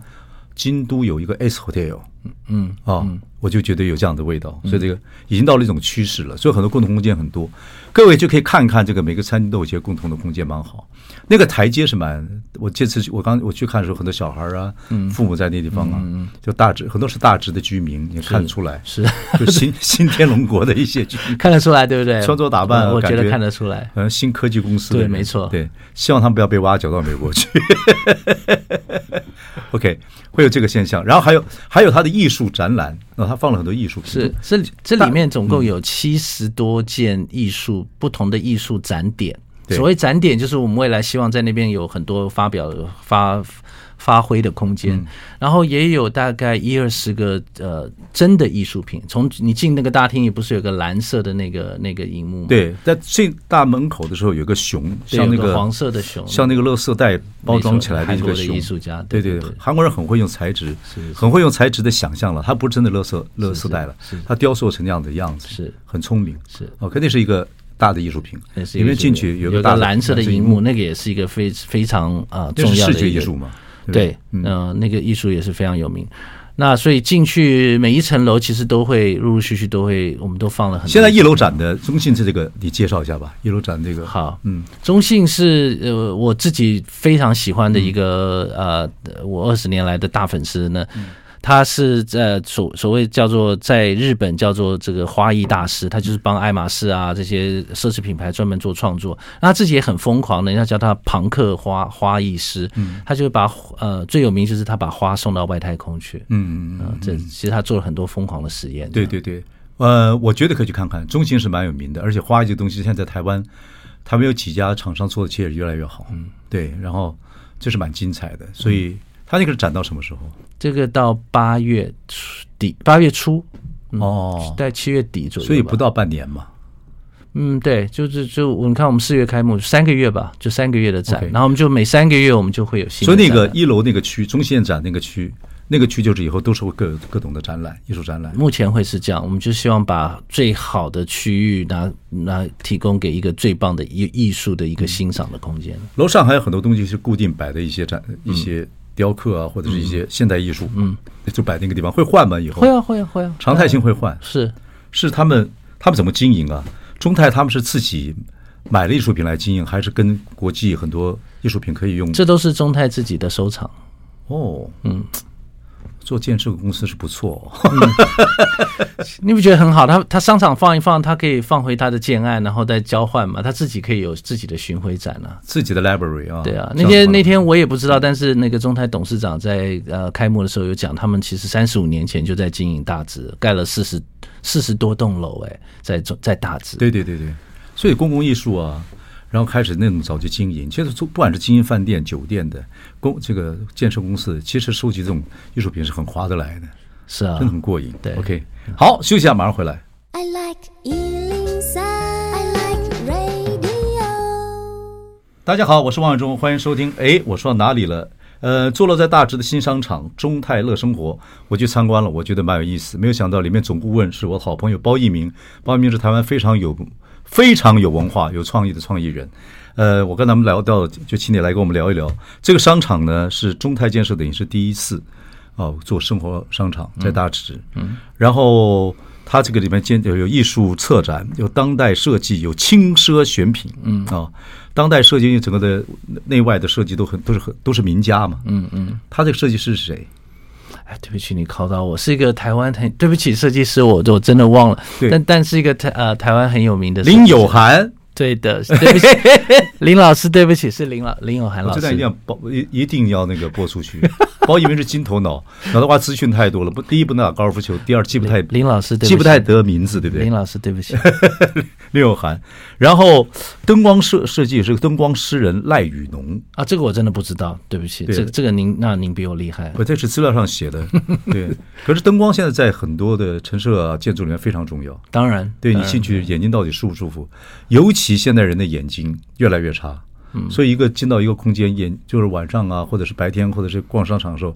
Speaker 1: 京都有一个 S Hotel，
Speaker 2: 嗯，
Speaker 1: 啊，我就觉得有这样的味道，所以这个已经到了一种趋势了。所以很多共同空间很多，各位就可以看一看这个每个餐厅都有一些共同的空间，蛮好。那个台阶是蛮，我这次去我刚我去看的时候，很多小孩啊，
Speaker 2: 嗯
Speaker 1: 父母在那地方啊，就大直很多是大直的居民，也看得出来，
Speaker 2: 是
Speaker 1: 就新 新天龙国的一些居 民，
Speaker 2: 看得出来，对不对？
Speaker 1: 穿着打扮啊
Speaker 2: 我我觉
Speaker 1: 感
Speaker 2: 得
Speaker 1: 觉
Speaker 2: 看得出来。
Speaker 1: 嗯，新科技公司的
Speaker 2: 对
Speaker 1: 人
Speaker 2: 没错
Speaker 1: 对，希望他们不要被挖角到美国去。OK，会有这个现象，然后还有还有他的艺术展览，那他放了很多艺术品，
Speaker 2: 是这里这里面总共
Speaker 1: 嗯
Speaker 2: 有七十多件艺术、不同的艺术展点。
Speaker 1: 对
Speaker 2: 所谓展点，就是我们未来希望在那边有很多发表发发挥的空间，
Speaker 1: 嗯
Speaker 2: 然后也有大概一二十个呃真的艺术品。从你进那个大厅，也不是有个蓝色的那个那个荧幕吗？
Speaker 1: 对，在进大门口的时候有个熊，
Speaker 2: 对，
Speaker 1: 像那
Speaker 2: 有
Speaker 1: 个
Speaker 2: 黄色的熊，
Speaker 1: 像那个乐色袋包装起来的
Speaker 2: 没
Speaker 1: 一
Speaker 2: 错
Speaker 1: 个
Speaker 2: 韩国的
Speaker 1: 熊，
Speaker 2: 艺术家
Speaker 1: 对
Speaker 2: 对
Speaker 1: 对
Speaker 2: 对，
Speaker 1: 韩国人很会用材质
Speaker 2: 是，
Speaker 1: 很会用材质的想象了，他不是真的乐色乐色袋了
Speaker 2: 是是，
Speaker 1: 他雕塑成那样的样子，
Speaker 2: 是
Speaker 1: 很聪明，
Speaker 2: 是
Speaker 1: 哦，肯定是一个大的艺术品，
Speaker 2: 那是一
Speaker 1: 里
Speaker 2: 个
Speaker 1: 面
Speaker 2: 这
Speaker 1: 进
Speaker 2: 个
Speaker 1: 去
Speaker 2: 有
Speaker 1: 个
Speaker 2: 个
Speaker 1: 大
Speaker 2: 蓝色的
Speaker 1: 荧
Speaker 2: 荧幕，那个也是一个非非常啊、呃
Speaker 1: 这
Speaker 2: 重
Speaker 1: 是
Speaker 2: 要的
Speaker 1: 视觉
Speaker 2: 一个
Speaker 1: 艺术嘛，对不
Speaker 2: 对
Speaker 1: 对，
Speaker 2: 嗯、那个艺术也是非常有名。那所以进去每一层楼，其实都会陆陆续续都会，我们都放了很多。
Speaker 1: 现在一楼展的中信是这个，你介绍一下吧。一楼展这个，
Speaker 2: 好，
Speaker 1: 嗯，
Speaker 2: 中信是呃我自己非常喜欢的一个、
Speaker 1: 嗯
Speaker 2: 呃，我二十年来的大粉丝呢。他是在所所谓叫做在日本叫做这个花艺大师，他就是帮爱马仕啊这些奢侈品牌专门做创作。那他自己也很疯狂的，人家叫他朋克花花艺师。
Speaker 1: 嗯
Speaker 2: 他就把呃最有名就是他把花送到外太空去。
Speaker 1: 嗯嗯嗯，
Speaker 2: 啊，这其实他做了很多疯狂的实验。
Speaker 1: 对对对，呃，我觉得可以去看看，中信是蛮有名的，而且花艺这个东西现在在台湾，他们有几家厂商做的其实也越来越好，嗯，对，然后这是蛮精彩的，所以他那个展到什么时候？
Speaker 2: 这个到八月初底，八月初，嗯
Speaker 1: 哦，
Speaker 2: 在七月底左右吧，
Speaker 1: 所以不到半年嘛，
Speaker 2: 嗯，对，就是就我们看，我们四月开幕，三个月吧，就三个月的展
Speaker 1: OK
Speaker 2: 然后我们就每三个月我们就会有新
Speaker 1: 所
Speaker 2: 的
Speaker 1: 以
Speaker 2: 展
Speaker 1: 那
Speaker 2: 览。
Speaker 1: 个一楼那个区，中信展那个区，那个区就是以后都是会各各种的展览，艺术展览。
Speaker 2: 目前会是这样，我们就希望把最好的区域拿拿提供给一个最棒的艺艺术的一个欣赏的空间。
Speaker 1: 楼上还有很多东西是固定摆的一些展、一些雕刻啊，或者是一些现代艺术，嗯，就摆那个地方会换吗？以后
Speaker 2: 会啊，会啊，会啊，
Speaker 1: 常态性会换，
Speaker 2: 是
Speaker 1: 是他们他们怎么经营啊？中泰他们是自己买了艺术品来经营，还是跟国际很多艺术品可以用？
Speaker 2: 这都是中泰自己的收藏。
Speaker 1: 哦，嗯，做建设公司是不错、 哦。
Speaker 2: 你不觉得很好？他他商场放一放，他可以放回他的建案，然后再交换嘛。他自己可以有自己的巡回展啊。
Speaker 1: 自己的 library 啊，
Speaker 2: 对啊，
Speaker 1: 这
Speaker 2: 那
Speaker 1: 样
Speaker 2: 天
Speaker 1: 子
Speaker 2: 那天我也不知道，但是那个中泰董事长在呃开幕的时候有讲，他们其实三十五年前就在经营大直，盖了四十四十多栋楼，哎，在中在大直。
Speaker 1: 对对对对，所以公共艺术啊，然后开始那么早就经营，其实做不管是经营饭店、酒店的公这个建设公司，其实收集这种艺术品是很划得来的，
Speaker 2: 是啊
Speaker 1: 真的，很过瘾。
Speaker 2: 对
Speaker 1: ，OK，好，休息一下，马上回来。
Speaker 3: I like Ealing Sound. I like radio.
Speaker 1: 大家好，我是王伟忠，欢迎收听。哎，我说到哪里了？呃，坐落在大直的新商场中泰乐生活，我去参观了，我觉得蛮有意思。没有想到里面总顾问是我好朋友包奕明，包奕明是台湾非常有非常有文化、有创意的创意人。呃，我跟他们聊到，就请你来跟我们聊一聊这个商场呢，是中泰建设等于是第一次哦做生活商场在大直，嗯，然后它这个里面兼有有艺术策展，有当代设计，有轻奢选品，嗯啊，当代设计因为整个的内外的设计都很都是很都是名家嘛，嗯嗯，他这个设计师是谁？
Speaker 2: 哎，对不起，你考到我，是一个台湾很对不起设计师我，我真的忘了
Speaker 1: 对，
Speaker 2: 但但是一个台呃台湾很有名的设计师
Speaker 1: 林有涵，
Speaker 2: 对的，对不起，林老师，对不起，是林老林永涵
Speaker 1: 我哦啊
Speaker 2: 老
Speaker 1: 这
Speaker 2: 师。
Speaker 1: 段一定要包，一一定要那个播出去。 包以为是金头脑，脑袋瓜资讯太多了。不，第一不能打高尔夫球，第二记不太
Speaker 2: 林老师，对不起
Speaker 1: 记不太得名字，对不对
Speaker 2: 林？老师，对不 起，
Speaker 1: 林永涵，然后灯光设设计是个灯光诗人赖雨农，
Speaker 2: 啊，这个我真的不知道，对不起，
Speaker 1: 对
Speaker 2: 这这个您那您比我厉害。
Speaker 1: 不，呃这是资料上写 的。对，可是灯光现在在很多的陈设啊、建筑里面非常重要。
Speaker 2: 当然，
Speaker 1: 对你
Speaker 2: 当然
Speaker 1: 进去眼睛到底舒不舒服？尤其现代人的眼睛越来越差，
Speaker 2: 嗯
Speaker 1: 所以一个进到一个空间，眼就是晚上啊，或者是白天，或者是逛商场的时候，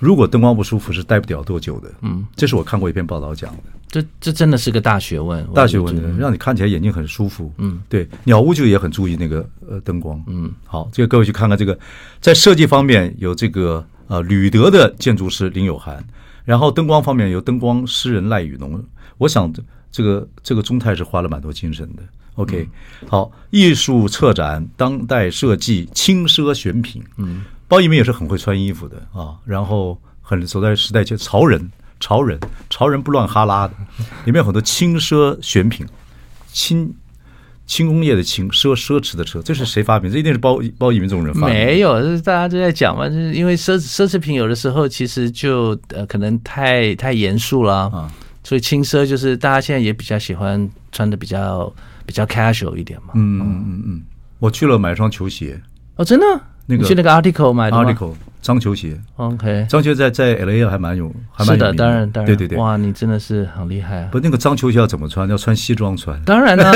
Speaker 1: 如果灯光不舒服，是待不了多久的。嗯，这是我看过一篇报道讲的，
Speaker 2: 这这真的是个大学问，我
Speaker 1: 大学
Speaker 2: 觉
Speaker 1: 问
Speaker 2: 得
Speaker 1: 的，让你看起来眼睛很舒服。嗯，对，鸟屋就也很注意那个呃灯光。嗯，好，这个各位去看看这个，在设计方面有这个呃吕德的建筑师林有涵，然后灯光方面有灯光诗人赖雨农。我想这这个这个中泰是花了蛮多精神的。OK，、好，艺术策展、当代设计、轻奢选品。嗯，包一鸣也是很会穿衣服的啊，然后很走在时代前潮人。潮人，潮人不乱哈拉的，里面有很多轻奢选品，轻轻工业的轻，奢奢侈的奢，这是谁发明？这一定是包包以鸣这种人发明的。
Speaker 2: 没有，就是大家都在讲嘛，就是因为奢侈奢侈品有的时候其实就呃可能太太严肃了
Speaker 1: 啊
Speaker 2: 所以轻奢就是大家现在也比较喜欢穿的比较比较 casual 一点嘛。嗯，
Speaker 1: 我去了买一双球鞋
Speaker 2: 哦，真的，
Speaker 1: 那个
Speaker 2: 你去那个 article 买的哎吗
Speaker 1: ，Article 脏球鞋，
Speaker 2: OK，
Speaker 1: 脏球鞋在在 LA 还蛮有，还蛮
Speaker 2: 是
Speaker 1: 有
Speaker 2: 的，
Speaker 1: 名
Speaker 2: 当然当然，
Speaker 1: 对对对。
Speaker 2: 哇，你真的是很厉害啊！
Speaker 1: 不，那个脏球鞋要怎么穿？要穿西装穿，
Speaker 2: 当 然啦、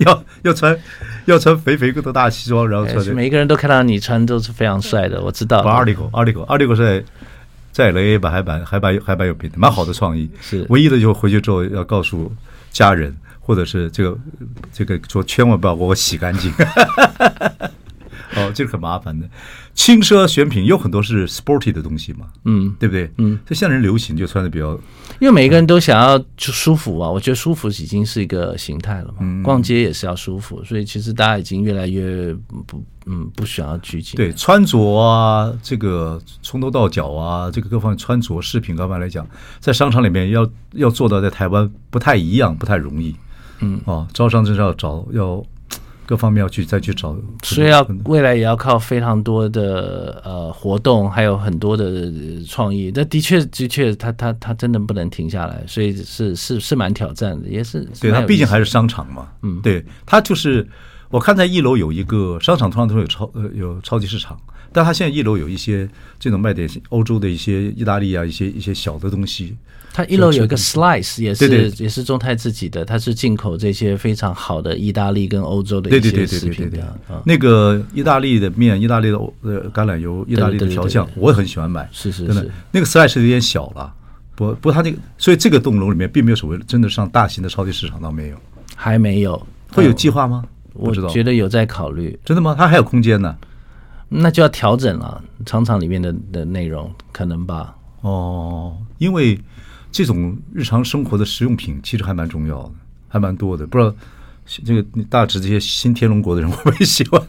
Speaker 1: 要要穿要穿肥肥个的大西装，然后
Speaker 2: 哎
Speaker 1: 穿这
Speaker 2: 每一个人都看到你穿都是非常帅的，我知道。
Speaker 1: 不 article article article 是在在 LA 吧，还蛮还蛮还蛮有名的，蛮好的创意。
Speaker 2: 是
Speaker 1: 唯一的就是回去之后要告诉家人，或者是这个这个说千万不要给我洗干净。 哦，这是很麻烦的。轻奢选品有很多是 sporty 的东西嘛，
Speaker 2: 嗯，
Speaker 1: 对不对？嗯，所以现在人流行就穿的比较
Speaker 2: 因为每个人都想要就舒服啊，我觉得舒服已经是一个形态了嘛。
Speaker 1: 嗯
Speaker 2: 逛街也是要舒服，所以其实大家已经越来越不嗯不想要拘谨。
Speaker 1: 对穿着啊，这个从头到脚啊，这个各方面穿着、饰品各方面来讲，在商场里面要要做到在台湾不太一样，不太容易。嗯，哦，招商真是要找要各方面要去再去找，嗯
Speaker 2: 所以要未来也要靠非常多的呃活动，还有很多的呃创意。但的确的确，它它它真的不能停下来，所以是是是蛮挑战的，也是
Speaker 1: 对，它
Speaker 2: 它
Speaker 1: 毕竟还是商场嘛。嗯，对，它就是我看在一楼有一个商场，通常都会有超呃有超级市场，但它现在一楼有一些这种卖点欧洲的一些意大利啊一些一些小的东西。
Speaker 2: 它一楼有一个 slice，也是
Speaker 1: 对对
Speaker 2: 也是中泰自己的，它是进口这些非常好的意大利跟欧洲的
Speaker 1: 对
Speaker 2: 一
Speaker 1: 对对对
Speaker 2: 些食
Speaker 1: 对对
Speaker 2: 品
Speaker 1: 对
Speaker 2: 的啊，，
Speaker 1: 那个意大利的面、意大利的欧呃橄榄油、意大利
Speaker 2: 对对
Speaker 1: 的
Speaker 2: 对
Speaker 1: 调酱
Speaker 2: 对，对
Speaker 1: 我也很喜欢买。
Speaker 2: 是是
Speaker 1: 真的
Speaker 2: 是，
Speaker 1: 那个 size 有点小了。不不，它那个，所以这个栋楼里面并没有所谓真的上大型的超级市场倒没有，
Speaker 2: 还没有
Speaker 1: 会有计划吗？不
Speaker 2: 哎我
Speaker 1: 知道，
Speaker 2: 觉得有在考虑，
Speaker 1: 真的吗？它还有空间呢。
Speaker 2: 那就要调整了，厂场里面的的内容可能吧。
Speaker 1: 哦，因为这种日常生活的实用品其实还蛮重要的，还蛮多的。不知道这个你大直这些新天龙国的人会不会喜欢？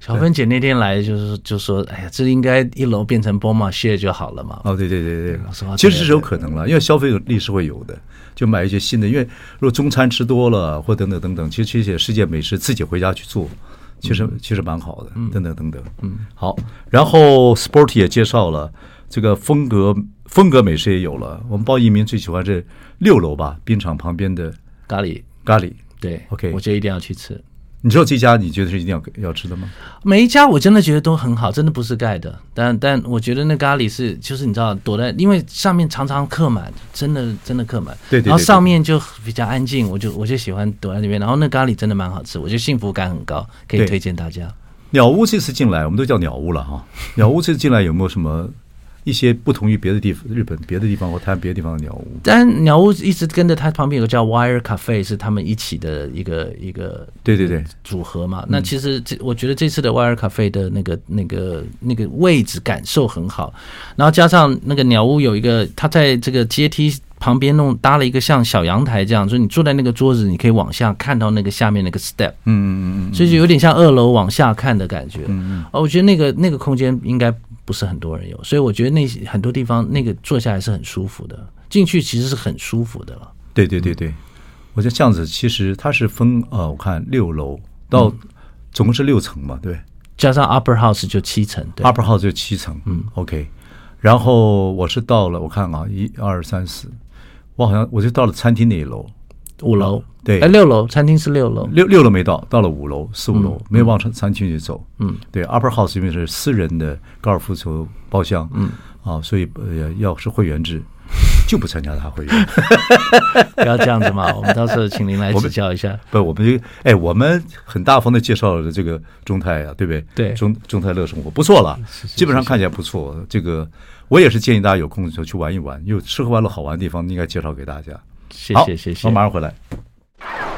Speaker 2: 小芬姐那天来就是就说，哎呀，这应该一楼变成 b o m a share 就好了嘛。
Speaker 1: 哦，对对对对
Speaker 2: 我说，
Speaker 1: 其实是有可能了，因为消费力是会有的，就买一些新的。因为如果中餐吃多了，或等等等等，其实这些世界美食自己回家去做，其实其实蛮好的，等等等等。嗯，好，然后 Sporty 也介绍了这个风格，风格美食也有了。我们包移民最喜欢这六楼吧，冰场旁边的
Speaker 2: 咖喱，
Speaker 1: 咖喱。
Speaker 2: 对
Speaker 1: OK
Speaker 2: 我觉得一定要去吃。
Speaker 1: 你知道这家你觉得是一定要要吃的吗？
Speaker 2: 每一家我真的觉得都很好，真的不是盖的。但但我觉得那咖喱是，就是你知道躲在，因为上面常常客满，真的真的客满。
Speaker 1: 对对对
Speaker 2: 然后上面就比较安静，我就我就喜欢躲在里面。然后那咖喱真的蛮好吃，我觉得幸福感很高，可以
Speaker 1: 对
Speaker 2: 推荐大家。
Speaker 1: 鸟屋这次进来，我们都叫鸟屋了哈。鸟屋这次进来有没有什么一些不同于别的地方、日本别的地方或台湾别的地方的鸟屋？
Speaker 2: 但鸟屋一直跟着它旁边有个叫 Wire Cafe，是他们一起的一个一个
Speaker 1: 对对嗯对，
Speaker 2: 组合嘛。那其实这我觉得这次的 Wire Cafe 的那个那个那个位置感受很好，然后加上那个鸟屋有一个，它在这个阶梯。旁边弄搭了一个像小阳台这样，所以你坐在那个桌子，你可以往下看到那个下面那个 step，
Speaker 1: 嗯嗯嗯
Speaker 2: 所以就有点像二楼往下看的感觉。嗯哦，我觉得那个那个空间应该不是很多人有，所以我觉得那些很多地方那个坐下来是很舒服的，进去其实是很舒服的了。
Speaker 1: 嗯，对对对对。我觉得这样子其实它是分呃，我看六楼到总共是六层嘛，对
Speaker 2: 加上 Upper House 就七层，对
Speaker 1: u p p e r House 就七层，嗯，OK。然后我是到了，我看啊，一二三四，我好像我就到了餐厅那一楼，
Speaker 2: 五楼，
Speaker 1: 对
Speaker 2: 哎，六楼，餐厅是六楼，
Speaker 1: 六六楼没到，到了五楼四五
Speaker 2: 嗯
Speaker 1: 楼，没有往餐餐厅去走。嗯，对，Upper House 因为是私人的高尔夫球包厢，嗯啊，所以呃要是会员制，就不参加他会员。
Speaker 2: 不要这样子嘛，我 们到时候请您来指教一下。
Speaker 1: 不，我们就哎，我们很大方的介绍了这个中泰啊，对不对？
Speaker 2: 对
Speaker 1: 中中泰乐生活不错了，基本上看起来不错。这个我也是建议大家有空的时候去玩一玩，有吃喝玩乐好玩的地方，应该介绍给大家。
Speaker 2: 谢
Speaker 1: 好
Speaker 2: 谢谢谢
Speaker 1: 我，马上回来。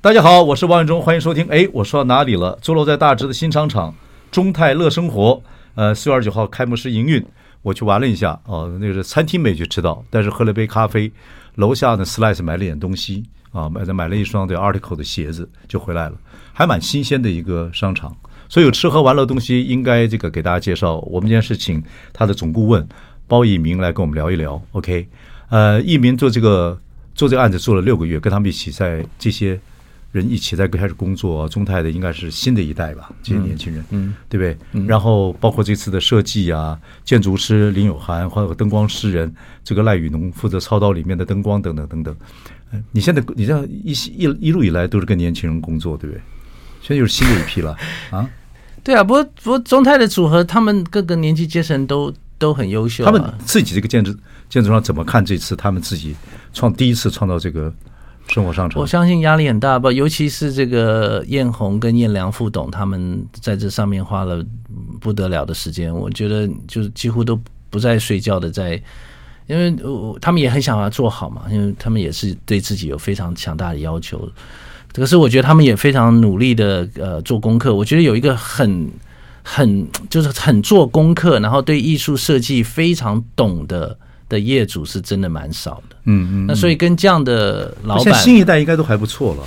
Speaker 1: 大家好，我是王永忠，欢迎收听。哎，我说到哪里了？坐落在大直的新商场中泰乐生活，呃，四月二十九号开幕式营运，我去玩了一下，哦、那个是餐厅没去吃到，但是喝了杯咖啡，楼下呢 Slice 买了点东西啊，买了买了一双对 Article 的鞋子就回来了，还蛮新鲜的一个商场。所以有吃喝玩乐的东西，应该这个给大家介绍。我们今天是请他的总顾问包以明来跟我们聊一聊。OK，呃，一鸣做这个做这个案子做了六个月，跟他们一起在这些人一起在开始工作。中泰的应该是新的一代吧，这些年轻人，嗯，对不对？然后包括这次的设计啊，建筑师林有涵，还有灯光诗人这个赖雨农负责操刀里面的灯光等等等等。呃你现在你这样一一一路以来都是跟年轻人工作，对不对？现在又是新的一 批了啊！
Speaker 2: 对啊，不过不过中泰的组合，他们各个年纪阶层都都很优秀、
Speaker 1: 他
Speaker 2: 啊，
Speaker 1: 们自己这个建筑建筑商怎么看这次他们自己创第一次创造这个生活商场
Speaker 2: 我？相信压力很大吧，尤其是这个燕红跟燕良副董他们在这上面花了不得了的时间，我觉得就是几乎都不在睡觉的在。因为我他们也很想把它做好嘛，因为他们也是对自己有非常强大的要求。可是我觉得他们也非常努力的呃做功课。我觉得有一个很很就是很做功课，然后对艺术设计非常懂的的业主是真的蛮少的。
Speaker 1: 嗯嗯，
Speaker 2: 那所以跟这样的老
Speaker 1: 现在
Speaker 2: 板，
Speaker 1: 新一代应该都还不错了，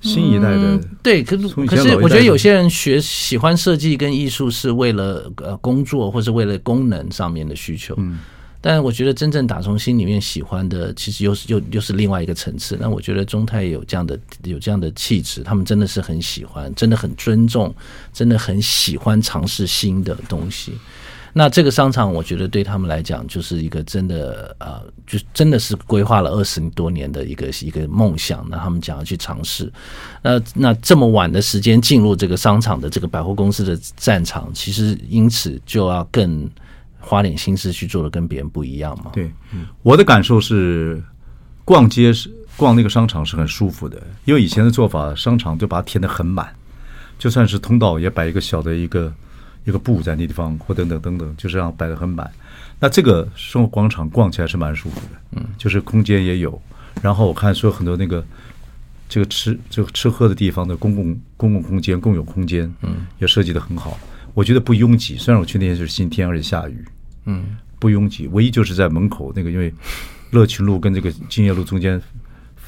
Speaker 1: 新一代的
Speaker 2: 嗯，对，可是
Speaker 1: 从以
Speaker 2: 可
Speaker 1: 前
Speaker 2: 是
Speaker 1: 老一
Speaker 2: 我
Speaker 1: 代
Speaker 2: 觉得
Speaker 1: 的
Speaker 2: 有些人学喜欢设计跟艺术是为了呃工作或是为了功能上面的需求，嗯，但我觉得真正打从心里面喜欢的，其实又是又又是另外一个层次。那我觉得中泰有这样的有这样的气质，他们真的是很喜欢，真的很尊重，真的很喜欢尝试新的东西。那这个商场，我觉得对他们来讲，就是一个真的啊、呃就真的是规划了二十多年的一个一个梦想。那他们想要去尝试，那那这么晚的时间进入这个商场的这个百货公司的战场，其实因此就要更花点心思去做的跟别人不一样嘛。
Speaker 1: 对，我的感受是，逛街是逛那个商场是很舒服的，因为以前的做法，商场就把它填得很满，就算是通道也摆一个小的一个一个布在那地方，或等等等等，就这样摆得很满。那这个生活广场逛起来是蛮舒服的，嗯，就是空间也有，然后我看说很多那个这个吃这个吃喝的地方的公共公共空间、共有空间，嗯，也设计得很好。我觉得不拥挤，虽然我去那天就是新天而且下雨，嗯，不拥挤，唯一就是在门口那个，因为乐群路跟这个金叶路中间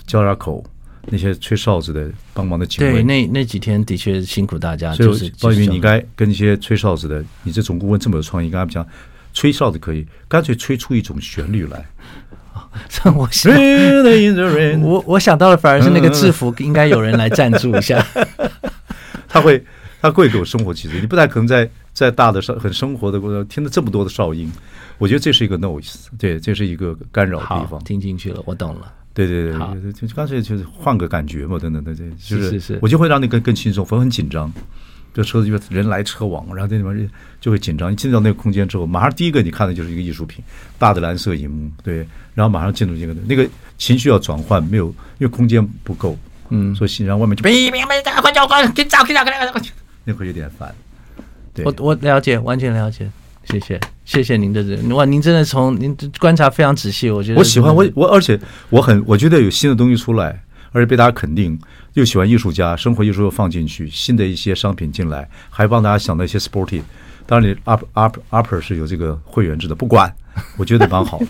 Speaker 1: 交叉口那些吹哨子的帮忙的警卫，
Speaker 2: 对，那那几天的确辛苦大家，
Speaker 1: 所以
Speaker 2: 就
Speaker 1: 我
Speaker 2: 是
Speaker 1: 鲍一鸣，你应
Speaker 2: 该
Speaker 1: 该跟一些吹哨子的，你这总顾问这么有创意，跟他们讲，吹哨子可以，干脆吹出一种旋律 来。
Speaker 2: 让我想
Speaker 1: Really in the rain
Speaker 2: 我我想到的反而是那个制
Speaker 1: 嗯
Speaker 2: 服，应该有人来赞助一 下。
Speaker 1: 他会他会给我生活气质，你不太可能在在大的生很生活的过程中听到这么多的哨音，我觉得这是一个 noise，对，这是一个干扰的地
Speaker 2: 好
Speaker 1: 方，。
Speaker 2: 听进去了，我懂了。
Speaker 1: 对对
Speaker 2: 好
Speaker 1: 对，就就干脆就是换个感觉嘛，等等等等，就是
Speaker 2: 是是
Speaker 1: 我就会让那个更轻松，我很紧张。这车子就人来车往，然后那地方人就会紧张。一进到那个空间之后，马上第一个你看的就是一个艺术品，大的蓝色荧幕，对，然后马上进入这个那个情绪要转换，没有因为空间不够，嗯，所以欣赏外面就别别别，快叫快给找给找给找，那会有点烦。对，
Speaker 2: 我我了解，完全了解，谢谢谢谢您的人哇，您真的从您观察非常仔细，我觉得
Speaker 1: 我喜欢我我，而且我很我觉得有新的东西出来，而且被大家肯定，又喜欢艺术家，生活艺术又放进去，新的一些商品进来，还帮大家想到一些 sporty。当然，你 up up upper 是有这个会员制的，不管，我觉得蛮好的。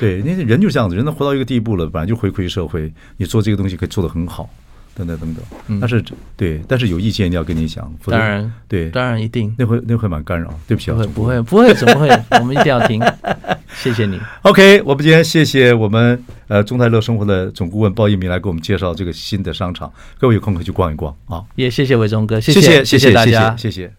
Speaker 1: 对，那人就这样子，人能活到一个地步了，本来就回馈社会，你做这个东西可以做得很好，等等等等。但是对，但是有意见一定要跟你讲，否则
Speaker 2: 嗯当然
Speaker 1: 对，
Speaker 2: 当然一定
Speaker 1: 那会那会蛮干扰。对不起啊
Speaker 2: 不，会
Speaker 1: 总
Speaker 2: 不 会不会怎么会？我们一定要听，谢谢你。
Speaker 1: OK，我们今天谢谢我们呃中泰乐生活的总顾问鲍一鸣来给我们介绍这个新的商场，各位有空可以去逛一逛啊！
Speaker 2: 也谢谢伟忠哥，
Speaker 1: 谢
Speaker 2: 谢
Speaker 1: 谢谢
Speaker 2: 谢大
Speaker 1: 谢
Speaker 2: 家，
Speaker 1: 谢谢。